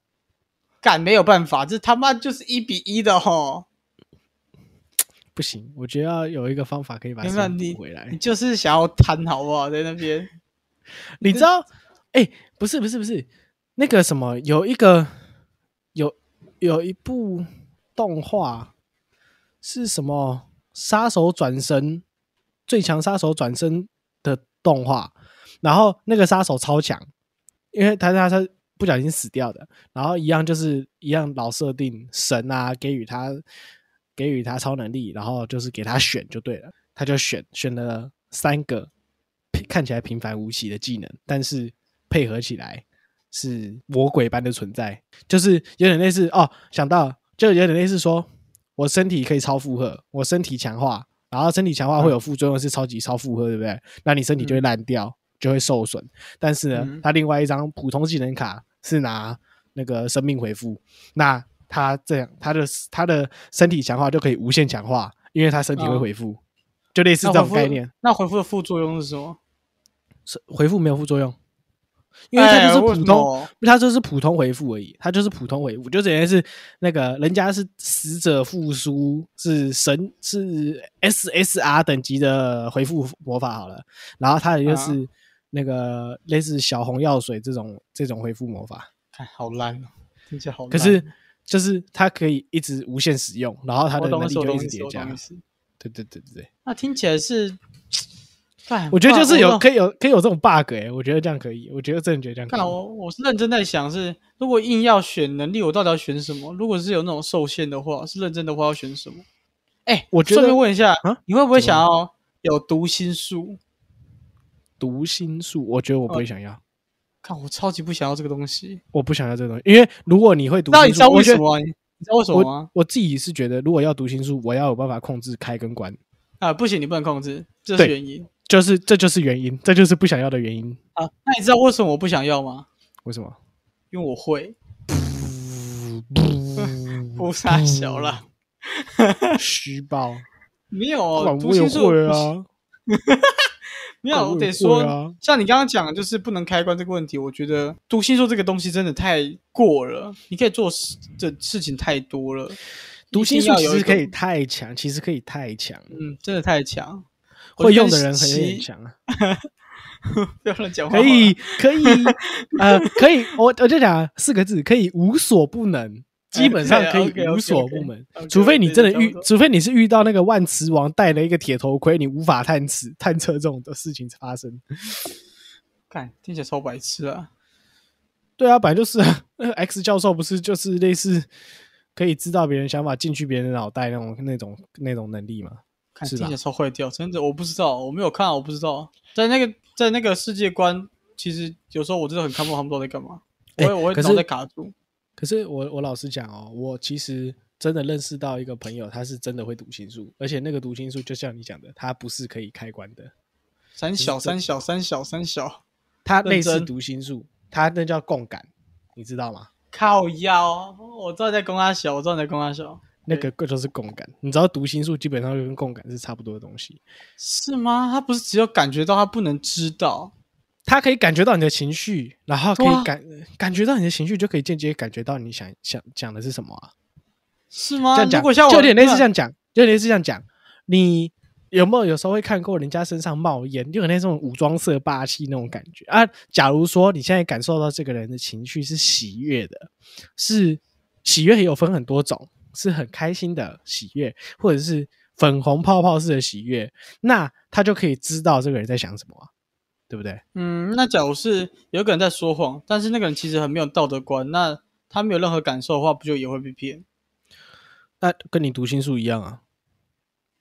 S1: 干没有办法，这他妈就是一比一的吼。
S2: 不行，我觉得要有一个方法可以把
S1: 没
S2: 时
S1: 有
S2: 间
S1: 你
S2: 补回来
S1: 你。就是想要贪好不好？在那 边
S2: 你知道？哎、不是不是不是，那个什么，有一个有有一部动画是什么《杀手转身》《最强杀手转身》的动画，然后那个杀手超强，因为他他他不小心死掉的，然后一样就是一样老设定神啊，给予他给予他超能力，然后就是给他选就对了，他就选选了三个平看起来平凡无奇的技能，但是配合起来是魔鬼般的存在，就是有点类似哦，想到就有点类似说，我身体可以超负荷，我身体强化，然后身体强化会有副作用是超级超负荷，对不对？那你身体就会烂掉，就会受损。但是呢，
S1: 嗯
S2: 他另外一张普通技能卡是拿那个生命回复，那他这样他的他的身体强化就可以无限强化，因为他身体会
S1: 哦
S2: 回复，就类似
S1: 那
S2: 这
S1: 回
S2: 种
S1: 复
S2: 概念。
S1: 那回复的副作用是什么？
S2: 是回复没有副作用，因为它
S1: 哎
S2: 就是
S1: 为什
S2: 普通，
S1: 么
S2: 它就是普通回复而已，它就是普通回复，就等于是那个人家是死者复苏，是神是 SSR 等级的回复魔法好了，然后它也
S1: 啊
S2: 就是那个类似小红药水这种这种回复魔法，
S1: 哎，好烂哦，听起来好烂。
S2: 可是就是它可以一直无限使用，然后它
S1: 我
S2: 的
S1: 懂
S2: 能
S1: 意
S2: 力
S1: 思，我
S2: 就一
S1: 懂
S2: 直
S1: 意思，
S2: 叠
S1: 我
S2: 加
S1: 懂嗯意，思。
S2: 对对对对对，
S1: 那听起来是，哎，
S2: 我觉得就是有
S1: 看
S2: 可以有可以有这种 bug 哎、我觉得这样可以，我觉得真的觉得这样可以
S1: 看。我我是认真在想是，如果硬要选能力，我到底要选什么？如果是有那种受限的话，是认真的话要选什么？哎，
S2: 我觉得
S1: 顺便问一下
S2: 啊，
S1: 你会不会
S2: 怎么
S1: 想要有读心术？
S2: 读心术，我觉得
S1: 哦
S2: 我不会想要，
S1: 看我超级不想要这个东西，
S2: 我不想要这个东西，因为如果你会读
S1: 那你
S2: 心
S1: 知道
S2: 术，
S1: 为
S2: 我觉
S1: 什
S2: 得
S1: 么啊？你你知道为什么
S2: 我
S1: 吗？
S2: 我自己是觉得，如果要读心术，我要有办法控制开跟关，
S1: 啊，不行，你不能控制，这是
S2: 对
S1: 原因
S2: 就是这就是原因，这就是不想要的原因。
S1: 啊。那你知道为什么我不想要吗？
S2: 为什么？
S1: 因为我会，不傻小
S2: 嗯
S1: 啦，
S2: 虚报，
S1: 没
S2: 不
S1: 有
S2: 管
S1: 哦读
S2: 我也
S1: 心术
S2: 会，啊，
S1: 没有，
S2: 管
S1: 我
S2: 我
S1: 得
S2: 也
S1: 说
S2: 会，啊，
S1: 像你刚刚讲的，就是不能开关这个问题，我觉得读心术这个东西真的太过了，你可以做事的事情太多了。
S2: 读心术
S1: 一定
S2: 其
S1: 要有一
S2: 实
S1: 个
S2: 可以，太强，其实可以太强，
S1: 嗯，真的太强。
S2: 会用的人很
S1: 我就跟
S2: 很
S1: 习，
S2: 强啊。
S1: 不要乱讲话。
S2: 可以，可 以，呃，可以，我我就讲四个字，可以无所不能，基本上可以
S1: OK，OK，OK，
S2: 无所不能
S1: OK，OK，，
S2: 除非你真的
S1: 这个差
S2: 遇
S1: 不多，
S2: 除非你是遇到那个万磁王戴了一个铁头盔，你无法探测 探测这种的事情发生。
S1: 看听起来超白痴啊！
S2: 对啊，本来就是 啊，那个 X 教授不是就是类似可以知道别人想法，进去别人的脑袋那种那种那种能力嘛？
S1: 看
S2: 是
S1: 听
S2: 吧
S1: 起来超坏掉，真的我不知道，我没有看，我不知道。在那个在那个世界观，其实有时候我真的很看不懂他们到底在干嘛。我
S2: 哎
S1: 会我会
S2: 可是
S1: 脑袋卡住。
S2: 可是我我老实讲哦，我其实真的认识到一个朋友，他是真的会读心术，而且那个读心术就像你讲的，他不是可以开关的。
S1: 三小
S2: 可是这
S1: 三小三小三小，
S2: 它
S1: 认
S2: 类似
S1: 真
S2: 读心术，它那叫共感，你知道吗？
S1: 靠腰！我知道你在攻他小，我知道你在攻他小，
S2: 那个就是共感，你知道读心术基本上就跟共感是差不多的东西，
S1: 是吗？他不是只有感觉到，他不能知道。
S2: 它可以感觉到你的情绪，然后可
S1: 对啊
S2: 以感感觉到你的情绪，就可以间接感觉到你想想讲的是什么啊？
S1: 是吗？
S2: 这样讲
S1: 如果像我
S2: 就有点类似这，
S1: 对啊
S2: 样讲，就有点类似这样讲。你有没有有时候会看过人家身上冒烟，就有那种武装色霸气那种感觉啊？假如说你现在感受到这个人的情绪是喜悦的，是喜悦也有分很多种，是很开心的喜悦，或者是粉红泡泡式的喜悦，那他就可以知道这个人在想什么啊、对不对？
S1: 嗯，那假如是有一个人在说谎，但是那个人其实很没有道德观，那他没有任何感受的话，不就也会被骗？
S2: 那跟你读心术一样啊，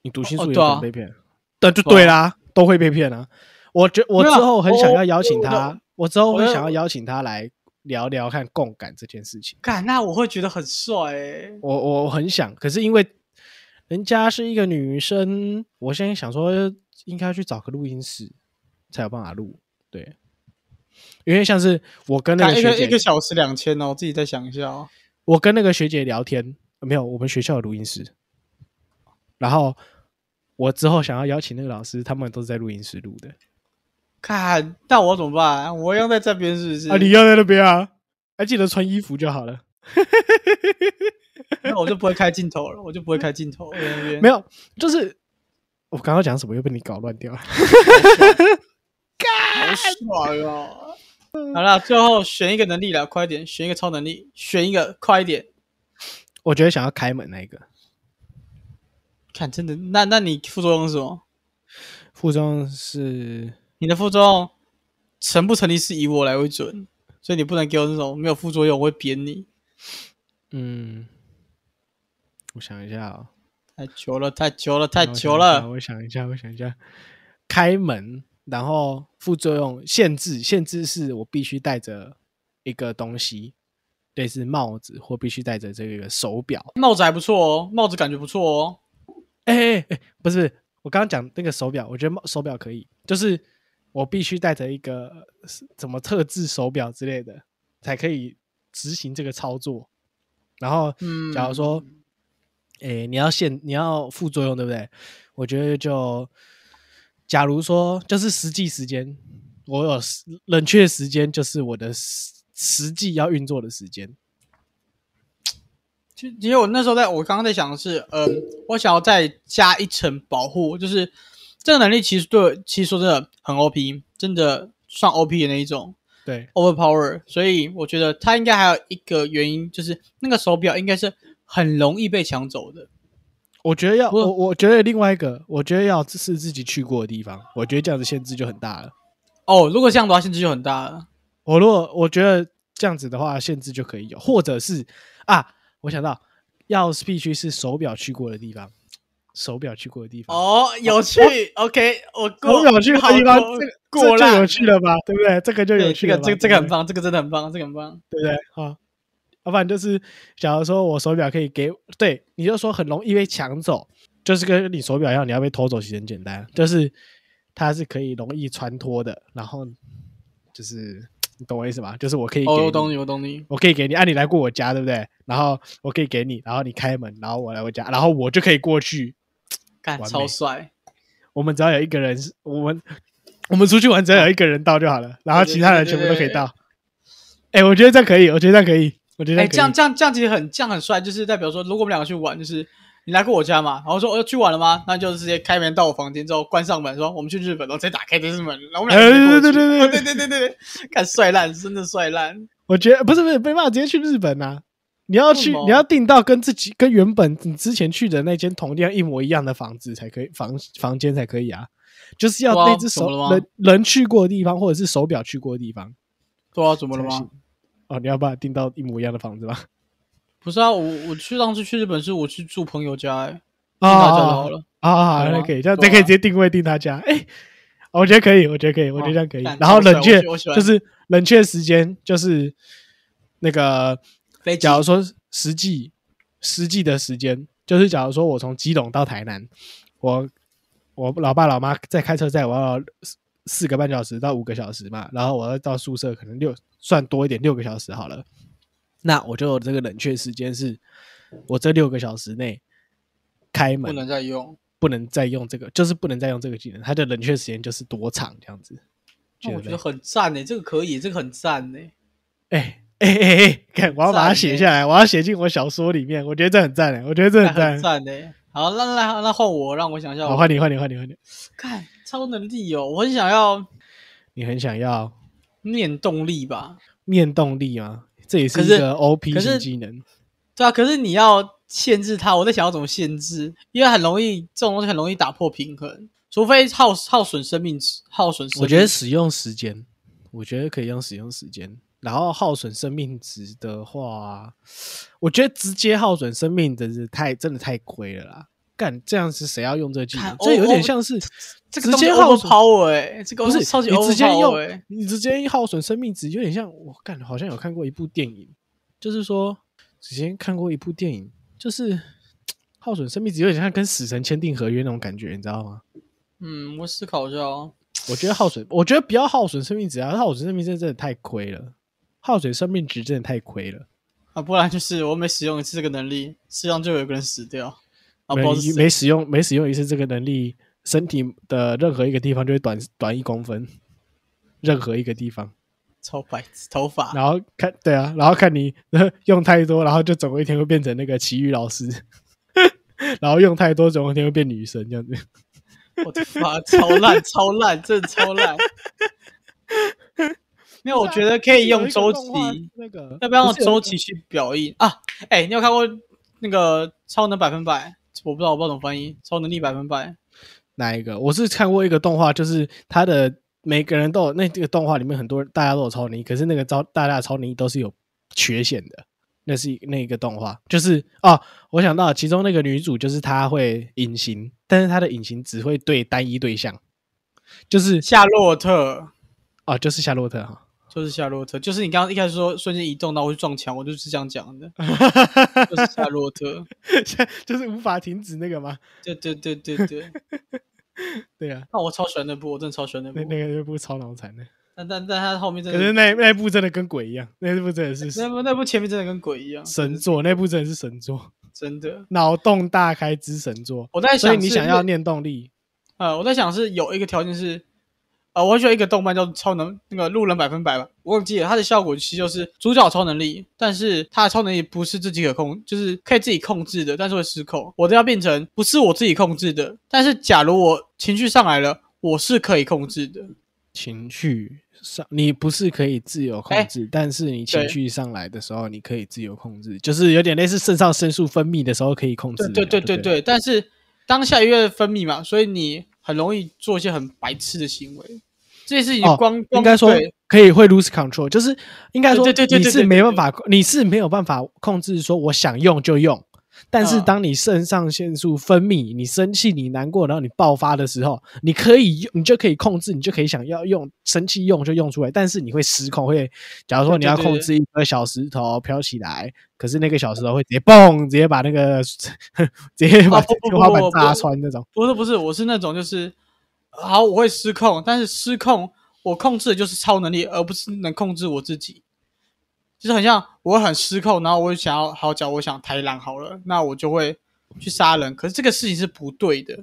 S2: 你读心
S1: 哦
S2: 术也
S1: 对
S2: 可
S1: 啊
S2: 能被骗，但就对啦，都会被骗啊。我觉我
S1: 没
S2: 之
S1: 有啊
S2: 后很想
S1: 我
S2: 要邀请
S1: 我
S2: 他，我之后
S1: 我
S2: 会
S1: 要
S2: 想要邀请他来聊聊看共感这件事情。
S1: 干，那我会觉得很帅欸
S2: 我我我很想，可是因为人家是一个女生，我现在想说应该去找个录音室才有办法录。对，因为像是我跟那
S1: 干
S2: 个
S1: 一个一
S2: 学
S1: 个
S2: 姐，
S1: 小时两千哦，我自己再想一下哦。
S2: 我跟那个学姐聊天，呃没有我们学校有录音室，然后我之后想要邀请那个老师，他们都是在录音室录的。
S1: 看，那我要怎么办？我要在这边是不是？
S2: 啊，你要在那边啊，还记得穿衣服就好了。
S1: 那我就不会开镜头了，我就不会开镜头了。我在那边
S2: 没有，就是我刚刚讲什么又被你搞乱掉了。
S1: 好爽哦！好了，最后选一个能力了，快点，选一个超能力，选一个，快一点。
S2: 我觉得想要开门那一个，
S1: 看，真的，那那你副作用是什么？
S2: 附中是
S1: 你的副作用成不成立是以我来为准，所以你不能给我那种没有副作用，我会扁你。
S2: 嗯，我想一下哦，
S1: 太久了，太久了，太
S2: 让我
S1: 久
S2: 想一下
S1: 了。
S2: 我想一下，我想一下，开门，然后副作用限制，限制是我必须带着一个东西，类似帽子或必须带着这个手表。
S1: 帽子还不错哦，帽子感觉不错哦。
S2: 哎哎哎，不是，我刚刚讲那个手表，我觉得帽手表可以，就是我必须带着一个呃是怎么特制手表之类的，才可以执行这个操作。然后，
S1: 嗯
S2: 假如说，哎、你要现你要副作用，对不对？我觉得就，假如说就是实际时间，我有时冷却时间，就是我的实实际要运作的时间。
S1: 其其实我那时候在，我刚刚在想的是，呃，我想要再加一层保护，就是这个能力其实对我，其实说真的很 OP，真的算 OP 的那一种
S2: 对，
S1: overpower，所以我觉得它应该还有一个原因，就是那个手表应该是很容易被抢走的。
S2: 我觉得要
S1: 不
S2: 我，我觉得另外一个，我觉得要是自己去过的地方，我觉得这样子限制就很大了。
S1: 哦，如果这样的话，限制就很大了。
S2: 我如果我觉得这样子的话，限制就可以有，或者是啊，我想到要是必须是手表去过的地方，手表去过的地方，
S1: 哦，有趣，OK，我
S2: 手
S1: 过
S2: 表去过的地
S1: 好
S2: 方，
S1: 过
S2: 这个
S1: 过
S2: 这
S1: 啦
S2: 就有趣了吧？对不对？这个就有
S1: 对，
S2: 趣
S1: 这
S2: 了
S1: 个
S2: 吧，
S1: 这个这个很
S2: 对不对
S1: 棒，这个真的很棒，这个很棒。
S2: 对不对？啊，要不然就是，假如说我手表可以给，对，你就说很容易被抢走，就是跟你手表一样，你要被偷走其实很简单，就是它是可以容易穿脱的，然后就是你懂我意思吗？就是我可以给
S1: 哦，
S2: 你，
S1: 我懂你，我懂你。
S2: 我可以给你，啊，你来过我家，对不对？然后我可以给你，然后你开门，然后我来我家，然后我就可以过去。
S1: 干，
S2: 完美
S1: 超帅。
S2: 我们只要有一个人是，我们我们出去玩只要有一个人到就好了，然后其他人全部都可以到。哎、我觉得这样可以，我觉得这样可以，我觉得
S1: 哎、
S2: 样可以
S1: 这样这样这样其实很这样很帅，就是代表说，如果我们两个去玩，就是你来过我家嘛，然后说我、要去玩了吗？那就直接开门到我房间之后关上门，说我们去日本，然后再打开这扇门，然后我们
S2: 哎
S1: 两个
S2: 对对对
S1: 对对对对对对，看帅烂，真的帅烂，
S2: 我觉得不是不是，没办法直接去日本呐、你要去
S1: 为什，么
S2: 你要订到跟自己跟原本你之前去的那间同样一模一样的房子才可以，房房间才可以啊，就是要
S1: 哇
S2: 那只
S1: 怎么
S2: 手
S1: 了吗
S2: 人人去过的地方，或者是手表去过的地方。
S1: 对啊，怎么了
S2: 才
S1: 吗
S2: 行？哦，你要把它订到一模一样的房子吗？
S1: 不是啊，我我去上次去日本是我去住朋友家、欸，订
S2: 啊
S1: 到家就好了。
S2: 啊啊，
S1: 对啊
S2: 那可以，这样
S1: 对啊
S2: 这可以直接定位定他家。哎，我觉得可以，我觉得可以，我觉得这样可以。
S1: 哦干
S2: 然后
S1: 超帅
S2: 冷却
S1: 我喜我喜欢
S2: 就是冷却时间就是那个
S1: 飞，机
S2: 假如说实际实际的时间，就是假如说我从基隆到台南，我我老爸老妈在开车载我要四四个半小时到五个小时嘛，然后我要到宿舍可能六算多一点六个小时好了。那我就有这个冷却时间是，我这六个小时内开
S1: 不
S2: 门
S1: 能再用。
S2: 不能再用这个，就是不能再用这个技能，它的冷却时间就是多长这样子。
S1: 那哦我觉得
S2: 呗，
S1: 很赞诶、这个可以，这个很赞欸诶、
S2: 哎哎哎哎，看、我要把它写下来，我要写进我小说里面，我觉得这很赞哎、我觉得这
S1: 那
S2: 很赞
S1: 很。赞哦诶、好，那那那换我，让我想一下
S2: 好，
S1: 我，
S2: 换你，换你，换你，换你，
S1: 看超能力哦，我很想要
S2: 你很想要
S1: 念动力吧。
S2: 念动力吗？这也是
S1: 可
S2: 一
S1: 是
S2: 个 OP
S1: 可是
S2: 型技能。
S1: 对啊，可是你要限制它，我在想要怎么限制，因为很容易这种东西很容易打破平衡。除非耗耗损生命值，耗损生命
S2: 我觉得使用时间，我觉得可以用使用时间。然后耗损生命值的话，我觉得直接耗损生命值是太真的太亏了啦。干这样是谁要用这个技能
S1: 看？
S2: 这有
S1: over-
S2: 点像是
S1: 这
S2: 直
S1: 个
S2: 接耗
S1: 耗
S2: 损，
S1: power 哎、这个
S2: 不是
S1: 超级
S2: 你
S1: over
S2: 直接
S1: power
S2: 用
S1: 欸，
S2: 你直接耗损生命值，有点像我干，好像有看过一部电影，就是说之前看过一部电影，就是耗损生命值，有点像跟死神签订合约那种感觉，你知道吗？
S1: 嗯，我思考一下哦。
S2: 我觉得耗损，我觉得不要耗损生命值啊，耗损生命值真的太亏了，耗损生命值真的太亏了。
S1: 啊，不然就是我每使用一次这个能力，世上就有一个人死掉。啊，不
S2: 没
S1: 知道是谁
S2: 没使用，每使用一次这个能力，身体的任何一个地方就会短短一公分，任何一个地方。
S1: 超白痴头发。
S2: 然后看，对啊，然后看你 用太多，然后就总有一天会变成那个奇遇老师， 然后用太多，总有一天会变女神这样子。
S1: 我的妈，超 烂，超烂，真的超烂。没有，我觉得可以用周
S2: 有一个动画
S1: 琦，
S2: 那个，
S1: 要不要用
S2: 不是啊有一
S1: 周
S2: 个
S1: 琦去表演啊？哎、你有看过那个《超能百分百》？我不知道，我不知道怎么翻译，《超能力百分百》。
S2: 哪一个？我是看过一个动画，就是他的每个人都有那这个动画里面很多人大家都有超能力，可是那个超大家的超能力都是有缺陷的。那是一那一个动画，就是哦，我想到其中那个女主就是她会隐形，但是她的隐形只会对单一对象，就是
S1: 夏洛特
S2: 哦，就是夏洛特哈。
S1: 就是夏洛特，就是你刚刚一开始说瞬间移动，然后会撞墙，我就是这样讲 的，就是夏洛特。
S2: 就是无法停止那个吗？
S1: 对对对对对，
S2: 对啊，
S1: 哦那我超喜欢那部，我真的超喜欢那部
S2: 那。那个那部超脑残的，
S1: 但但但他后面真
S2: 可
S1: 的
S2: 是那那部真的跟鬼一样，那部真的
S1: 那
S2: 是
S1: 部那部前面真的跟鬼一样，
S2: 神作，那部真的是神作，
S1: 真的。
S2: 脑洞大开之神作。
S1: 我在
S2: 所
S1: 想
S2: 以你
S1: 是
S2: 想
S1: 不
S2: 要
S1: 是
S2: 念动力，
S1: 呃，我在想是有一个条件是，呃，我很喜欢一个动漫叫《超能》，那个路人百分百吧，我忘记了。它的效果其实就是主角有超能力，但是他的超能力不是自己可控，就是可以自己控制的，但是会失控。我的要变成不是我自己控制的，但是假如我情绪上来了，我是可以控制的。
S2: 情绪上你不是可以自由
S1: 哎
S2: 控制，但是你情绪上来的时候，你可以自由控制，就是有点类似肾上腺素分泌的时候可以控制
S1: 对
S2: 那样。
S1: 对对对
S2: 对
S1: 对，但是当下因为分泌嘛，所以你很容易做一些很白痴的行为。这些事情
S2: 哦
S1: 光、光
S2: 应该说
S1: 对
S2: 可以会 lose control，就是应该说
S1: 对对对对
S2: 你
S1: 对
S2: 是
S1: 对
S2: 没
S1: 对
S2: 办法，你是没有办法控制说我想用就用。但是
S1: 嗯
S2: 当你肾上腺素分泌，你生气、你难过，然后你爆发的时候，你可以用，你就可以控制，你就可以想要用，生气用就用出来。但是你会失控，会假如说
S1: 对对
S2: 你要
S1: 对
S2: 控
S1: 对
S2: 制一个小石头飘起来，可是那个小石头会直接蹦，直接把 那个直接把
S1: 不不
S2: 天
S1: 不
S2: 花
S1: 不
S2: 板
S1: 不
S2: 砸
S1: 不
S2: 穿那种。
S1: 不是不是，我是那种就是，呃好，我会失控，但是失控我控制的就是超能力，而不是能控制我自己。就是很像我会很失控，然后我就想要好讲，我想抬狼好了，那我就会去杀人。可是这个事情是不对的。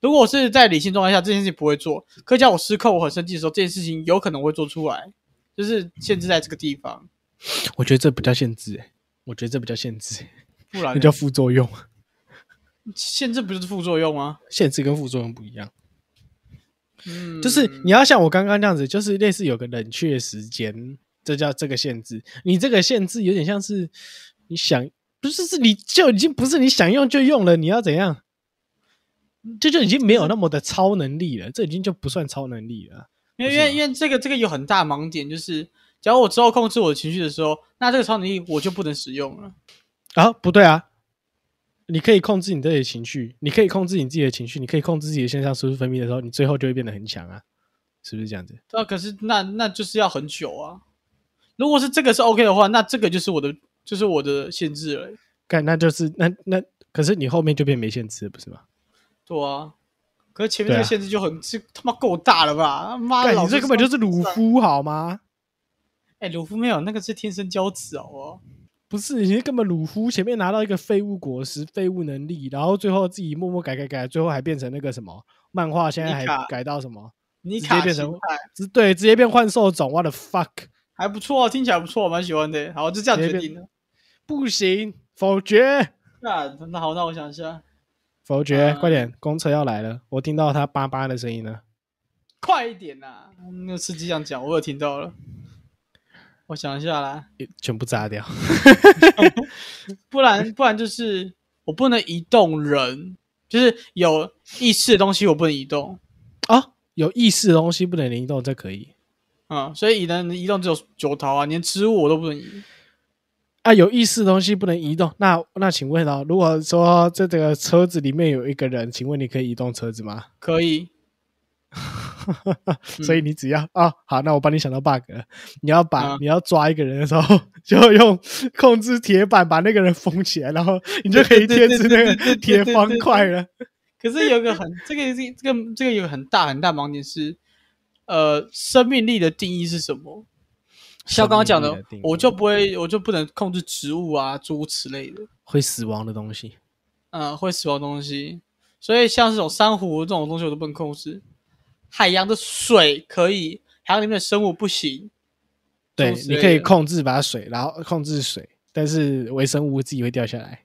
S1: 如果我是在理性状态下，这件事情不会做；可叫我失控，我很生气的时候，这件事情有可能会做出来，就是限制在这个地方，
S2: 我觉得这不叫限制、欸，我觉得这不叫限制、
S1: 不
S2: 那
S1: 然
S2: 叫副作用。
S1: 限制不就是副作用吗？
S2: 限制跟副作用不一样，
S1: 嗯，
S2: 就是你要像我刚刚那样子，就是类似有个冷却时间，这叫这个限制。你这个限制有点像是你想，不是是你就已经不是你想用就用了，你要怎样？这就已经没有那么的超能力了，这已经就不算超能力了。
S1: 因为因
S2: 不是啊
S1: 为
S2: 吗
S1: 因为这个这个有很大盲点，就是假如我之后控制我的情绪的时候，那这个超能力我就不能使用了。
S2: 啊，不对啊！你可以控制你自己的情绪，你可以控制你自己的情绪，你可以控制自己的肾上腺素分泌的时候，你最后就会变得很强啊，是不是这样子？
S1: 对啊，可是那那就是要很久啊。如果是这个是 OK 的话，那这个就是我的就是我的限制了欸、
S2: 干，那就是那那，可是你后面就变没限制了，不是吗？
S1: 对啊。可是前面
S2: 对
S1: 这
S2: 啊
S1: 个限制就很、这他妈够大了吧？妈的，
S2: 干，
S1: 啊老
S2: 你这
S1: 子
S2: 根本就是鲁
S1: 上
S2: 夫好吗？
S1: 哎，鲁夫没有那个是天生骄子哦好不好？
S2: 不是，你根本鲁夫前面拿到一个废物果实、废物能力，然后最后自己默默改改改，最后还变成那个什么漫画，现在还
S1: 妮卡
S2: 改到什么？
S1: 尼
S2: 直接
S1: 卡
S2: 变
S1: 形
S2: 成
S1: 态
S2: 直对，直接变幻兽种，what the fuck？
S1: 还不错、啊，听起来不错，蛮喜欢的。好，就这样
S2: 直接
S1: 决
S2: 变
S1: 定了。
S2: 不行，否决，
S1: 那那好，那我想一下，
S2: 否决，
S1: 呃
S2: 快点，公车要来了，我听到他叭叭的声音了。
S1: 快一点呐、那个司机这样讲，我有听到了。我想一下啦，
S2: 也全部炸掉，
S1: 不然不然就是我不能移动人，就是有意识的东西我不能移动，
S2: 啊，有意识的东西不能移动，这可以
S1: 嗯，所以移能移动只有九桃啊，连植物我都不能移。
S2: 啊。有意识的东西不能移动，那那请问哦，如果说这个车子里面有一个人，请问你可以移动车子吗？
S1: 可以，
S2: 所以你只要啊、好，那我帮你想到 bug 了。你要把、
S1: 嗯
S2: 你要抓一个人的时候， 就用控制铁板把那个人封起来，然后 你就可以
S1: 对对
S2: 贴
S1: 对
S2: 制
S1: 对
S2: 那
S1: 对对
S2: 个
S1: 对
S2: 铁
S1: 对
S2: 方
S1: 对
S2: 块
S1: 对
S2: 了。
S1: 可是有一个很 这个这这个这个有个很大很大盲点是，呃，生命力的定义是什么？像我刚刚讲的
S2: 生命力的定义，
S1: 我就不会，我就不能控制植物啊，诸如此类的，
S2: 会死亡的东西，
S1: 嗯，会死亡的东西。所以像这种珊瑚这种东西我都不能控制，海洋的水可以，海洋里面的生物不行。
S2: 对
S1: 诸如，此
S2: 你
S1: 类
S2: 可以
S1: 的
S2: 控制把水，然后控制水，但是微生物自己会掉下来。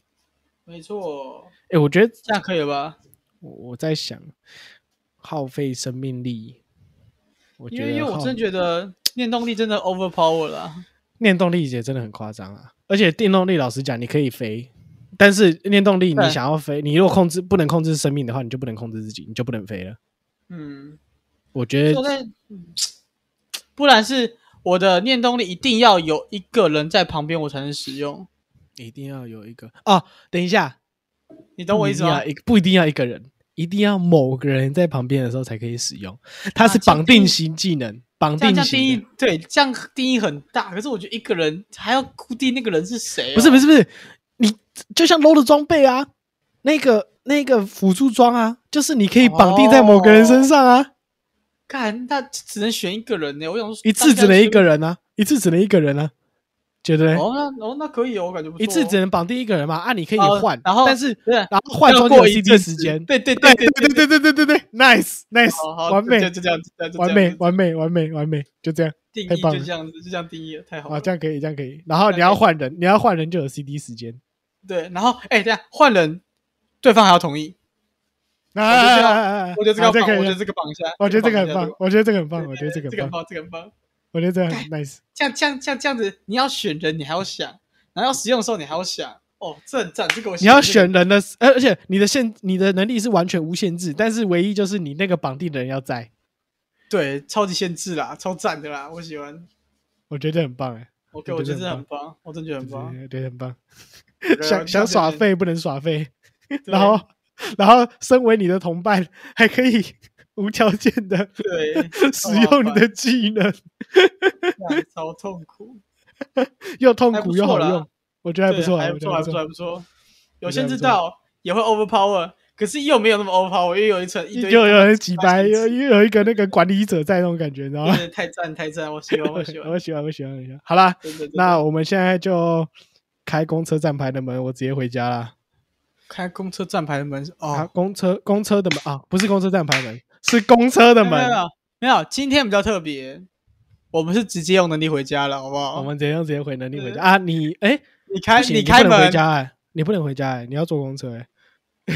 S1: 没错，
S2: 哎，我觉得
S1: 这样可以了吧？
S2: 我我在想，耗费生命力，我觉
S1: 因
S2: 得
S1: 为因为我
S2: 耗
S1: 真的觉得念动力真的 overpower 了啊。
S2: 念动力也真的很夸张啊！而且电动力，老实讲，你可以飞，但是念动力你
S1: 对
S2: 想要飞，你如果控制不能控制生命的话，你就不能控制自己，你就不能飞了。
S1: 嗯，
S2: 我觉
S1: 我
S2: 得
S1: 在，不然是我的念动力一定要有一个人在旁边，我才能使用。
S2: 一定要有一个哦，等一下，
S1: 你懂我意思啊吗
S2: 不一定要？一不一定要一个人，一定要某个人在旁边的时候才可以使用，它是
S1: 啊这样
S2: 绑定型技能，绑
S1: 这样这样定
S2: 定型
S1: 义
S2: 的。
S1: 对，这样定义很大。可是我觉得一个人还要固定那个人是谁、啊
S2: 不是不
S1: 是，
S2: 是不是，你就像 low 的装备啊，那个那个辅助装啊，就是你可以绑定在某个人身上啊。
S1: 看他只能选一个人呢、我想说
S2: 一次只能一个。人啊，一次只能一个人啊，绝对、
S1: 大家哦，那哦那可以哦，我感觉不错哦、
S2: 一次只能绑定一个人嘛。啊，你可以
S1: 哦
S2: 换，
S1: 然后
S2: 但是
S1: 对
S2: 然后换中间有
S1: 过一
S2: CD
S1: 阵
S2: 时间，
S1: 对对对
S2: 对对对对对对对，nice nice，
S1: 好好，
S2: 完美
S1: 就就这样子，就这样
S2: 完
S1: 子
S2: 美完美完美完美，就这样
S1: 定义
S2: 太棒
S1: 就
S2: 了
S1: 这样子，就这样定义了，太好了
S2: 啊，。这样可以这样可以。然后
S1: 这样
S2: 你要
S1: 可以
S2: 换人，你要换人就有 CD 时间。
S1: 对，然后哎、等一下换人，对方还要同意。
S2: 啊
S1: 要
S2: 啊，
S1: 我觉得这个要
S2: 啊这
S1: 放，
S2: 可以
S1: 我觉得
S2: 了，
S1: 这个绑一下。
S2: 我觉得这个
S1: 绑一
S2: 很棒
S1: 下，
S2: 我觉得这个很
S1: 对
S2: 棒，我觉得
S1: 对
S2: 这个
S1: 对这个
S2: 很
S1: 很
S2: 棒，
S1: 棒，这个很棒。
S2: 我觉得这个很 nice。
S1: 这样这样这样这样子，你要选人，你还要想，然后要使用的时候你还要想。哦，这很赞，这个我
S2: 你要
S1: 这个
S2: 选人的，呃而且你的限你的能力是完全无限制，但是唯一就是你那个绑定的人要在，
S1: 对，超级限制啦，超赞的啦，我喜欢。
S2: 我觉得很棒哎。
S1: OK，
S2: 我
S1: 我
S2: 觉
S1: 觉
S2: 得
S1: 得这
S2: 很
S1: 很棒，我真的觉得很棒。
S2: 对对，很棒。
S1: 对
S2: 想想耍，
S1: 我
S2: 废不能耍废，
S1: 对
S2: 然后然后身为你的同伴，还可以无条件 的
S1: 对，
S2: 使用你的技能，
S1: 这样超痛苦，
S2: 又痛
S1: 还不
S2: 苦又好
S1: 错啦
S2: 用，我 觉得还不
S1: 对
S2: 错啊，
S1: 还
S2: 我
S1: 不
S2: 觉得
S1: 错，
S2: 还
S1: 还
S2: 不
S1: 不错，还不错。有
S2: 我觉得
S1: 限
S2: 还
S1: 制
S2: 不错
S1: 到也会 overpower，可是又没有那么 overpower，因为有一 层一堆
S2: 又有人几白，
S1: 限制
S2: 又又有一个那个管理者在那种感觉，你知道吗？
S1: 对，太赞太赞，我喜欢我喜欢
S2: 我。喜欢，我喜欢，我喜欢。好啦，
S1: 真的真的
S2: 那我们现在就开公车站牌的门，我直接回家啦。
S1: 开公车站牌的门是
S2: 啊，
S1: 哦，
S2: 公车公车的门啊，不是公车站牌门，是公车的
S1: 没有
S2: 门
S1: 没。有没有，今天比较特别，我们是直接用能力回家了，好不好？
S2: 我们直接用直接回能力回家
S1: 对
S2: 啊！你哎，
S1: 你开
S2: 不行
S1: 开
S2: 不能回
S1: 门，
S2: 家哎、你不能回家哎、你要坐公车哎、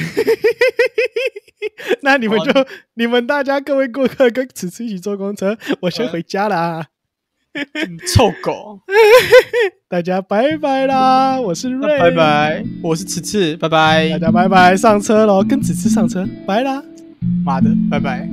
S2: 那你们
S1: 好
S2: 就、你们大家各位顾客跟此次一起坐公车，我先
S1: 嗯
S2: 回家啦、啊，
S1: 你嗯臭 狗，
S2: 大家拜拜啦！我是
S1: 那
S2: 瑞，
S1: 拜，拜， 我是此次，拜拜
S2: 大，家拜拜，上车喽，跟此次上车，拜啦。
S1: 妈的，拜拜。